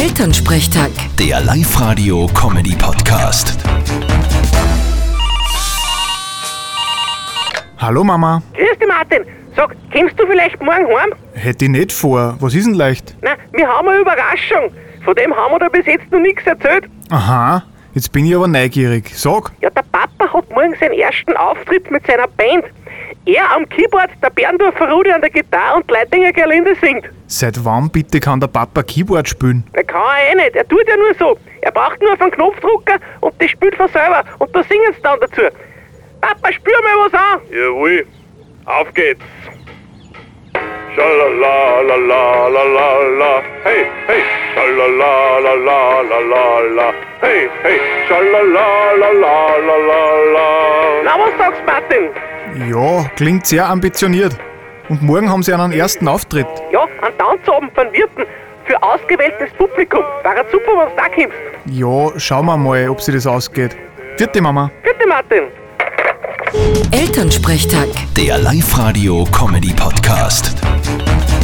Elternsprechtag. Der Live-Radio-Comedy-Podcast. Hallo Mama, Grüß dich, Martin. Sag, kommst du vielleicht morgen heim? hätte ich nicht vor. Was ist denn leicht? Nein, wir haben eine Überraschung. Von dem haben wir da bis jetzt noch nichts erzählt. Aha, jetzt bin ich aber neugierig. Sag, Ja, der Papa hat morgen seinen ersten Auftritt mit seiner Band. Er am Keyboard, der Berndorfer Rudi an der Gitarre und Leitinger Gerlinde singt. seit wann bitte kann der Papa Keyboard spielen? Na, kann er eh nicht. Er tut ja nur so. Er braucht nur auf einen Knopfdrucker und das spielt von selber. Und da singen sie dann dazu. Papa, spür mal was an. Jawohl, auf geht's. Schalala, la, la, la, la, la, hey, hey, schalala, la, la, la, la, la, hey, hey, schalala, la, la, la, la, la. Na, was sagst du, Martin? Ja, klingt sehr ambitioniert. Und morgen haben sie einen ersten Auftritt. Ja, ein Tanzabend von Wirten. Für ausgewähltes Publikum. Wäre super, wenn du da kommst. Ja, schauen wir mal, ob sie das ausgeht. Vierte Mama. Bitte, Martin. Elternsprechtag. Der Live-Radio-Comedy-Podcast.